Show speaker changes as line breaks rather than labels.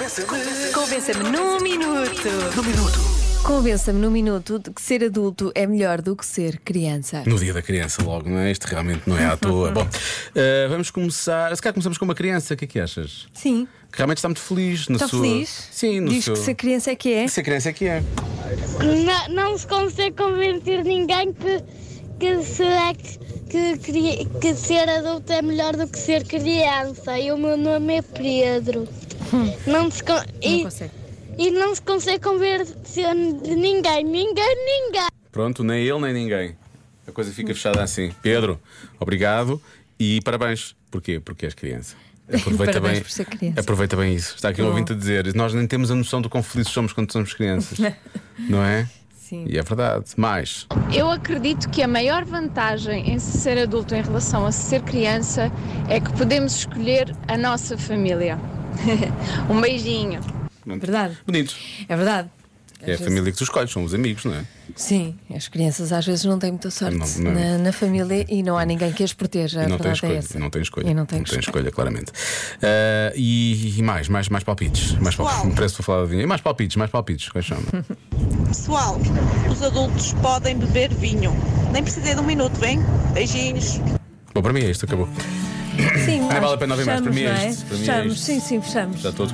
Convença-me. Convença-me num minuto.
No minuto.
Convença-me num minuto de que ser adulto é melhor do que ser criança.
No dia da criança, logo, não é? Isto realmente não é à toa. Bom, eh, vamos começar. Se calhar começamos com uma criança, o que é que achas?
Sim.
Que realmente está muito feliz no
Está
seu.
Tá feliz?
Sim, no
Diz
seu.
que ser criança é que é.
Se a criança é que é.
Não, não se consegue convencer ninguém que, que será que, que, cri- que ser adulto é melhor do que ser criança. E o meu nome é Pedro. Não se con-
Não
e,
consegue.
e não se consegue convencer ninguém, ninguém, ninguém.
Pronto, nem ele nem ninguém. A coisa fica fechada assim. Pedro, obrigado e parabéns. Porquê? Porque és criança. Aproveita
Parabéns
bem,
por ser criança.
aproveita bem isso. Está aqui um ouvinte a dizer: nós nem temos a noção do quão felizes somos quando somos crianças. não é?
Sim.
E é verdade. Mais.
Eu acredito que a maior vantagem em ser adulto em relação a ser criança é que podemos escolher a nossa família. um beijinho.
Verdade.
Bonitos.
É verdade.
É a família que tu escolhes, são os amigos, não é?
Sim, as crianças às vezes não têm muita sorte
Não, não.
Na, na família e não há ninguém que as proteja.
E
a
não tem
verdade
escolha.
é essa.
e não tem escolha.
E não tem
escolha,
escolha.
claramente. Ah, e, e mais, mais, mais palpites. Mais palpites. Parece que vou falar de vinho. E mais palpites, mais palpites. Quais são?
Pessoal, os adultos podem beber vinho. Nem precisei de um minuto, bem? Beijinhos.
Bom, para mim é isto, acabou.
Sim,
Ah,
acho
vale a
que
pena ouvir mais. Para
fechamos,
mim é
não
isto. Para mim é
fechamos,
isto.
sim, sim, fechamos.
Já estou a